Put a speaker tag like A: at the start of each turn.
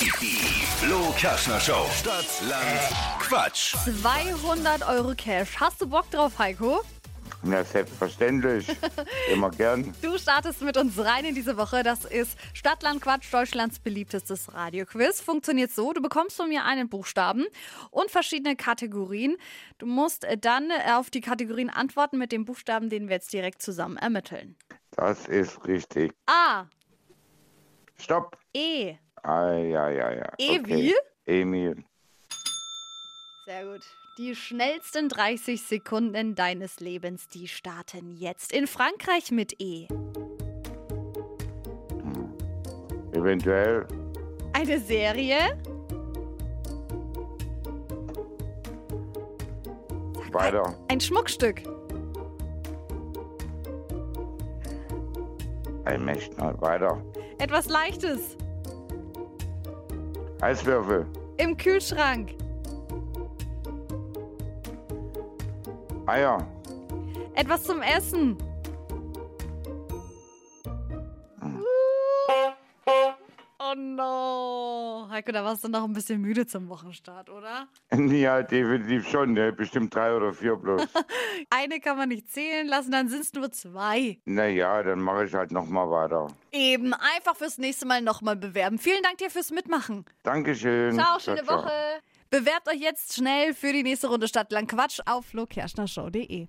A: Die Flo Kaschner Show. Stadt, Land, Quatsch.
B: 200 Euro Cash. Hast du Bock drauf, Heiko?
C: Na, selbstverständlich. Immer gern.
B: Du startest mit uns rein in diese Woche. Das ist Stadtland Quatsch, Deutschlands beliebtestes Radioquiz. Funktioniert so, du bekommst von mir einen Buchstaben und verschiedene Kategorien. Du musst äh, dann auf die Kategorien antworten mit dem Buchstaben, den wir jetzt direkt zusammen ermitteln.
C: Das ist richtig.
B: A,
C: Stopp.
B: E.
C: Ei, ei, ei, ei.
B: E
C: okay. Emil.
B: Sehr gut. Die schnellsten 30 Sekunden deines Lebens, die starten jetzt in Frankreich mit E.
C: Eventuell
B: Eine Serie,
C: weiter.
B: ein Schmuckstück,
C: Ein Mächtner. Weiter.
B: etwas Leichtes,
C: Eiswürfel.
B: im Kühlschrank,
C: Eier.
B: etwas zum Essen. Oh no. Heiko, da warst du noch ein bisschen müde zum Wochenstart, oder?
C: Ja, definitiv schon. Ne? Bestimmt drei oder vier bloß.
B: Eine kann man nicht zählen lassen, dann sind es nur zwei.
C: naja, dann mache ich halt nochmal weiter.
B: Eben, einfach fürs nächste Mal nochmal bewerben. Vielen Dank dir fürs Mitmachen.
C: Dankeschön.
B: Hm, Ciao, schöne Woche. Bewerbt euch jetzt schnell für die nächste Runde Stadtland Quatsch auf flokerschnershow.de.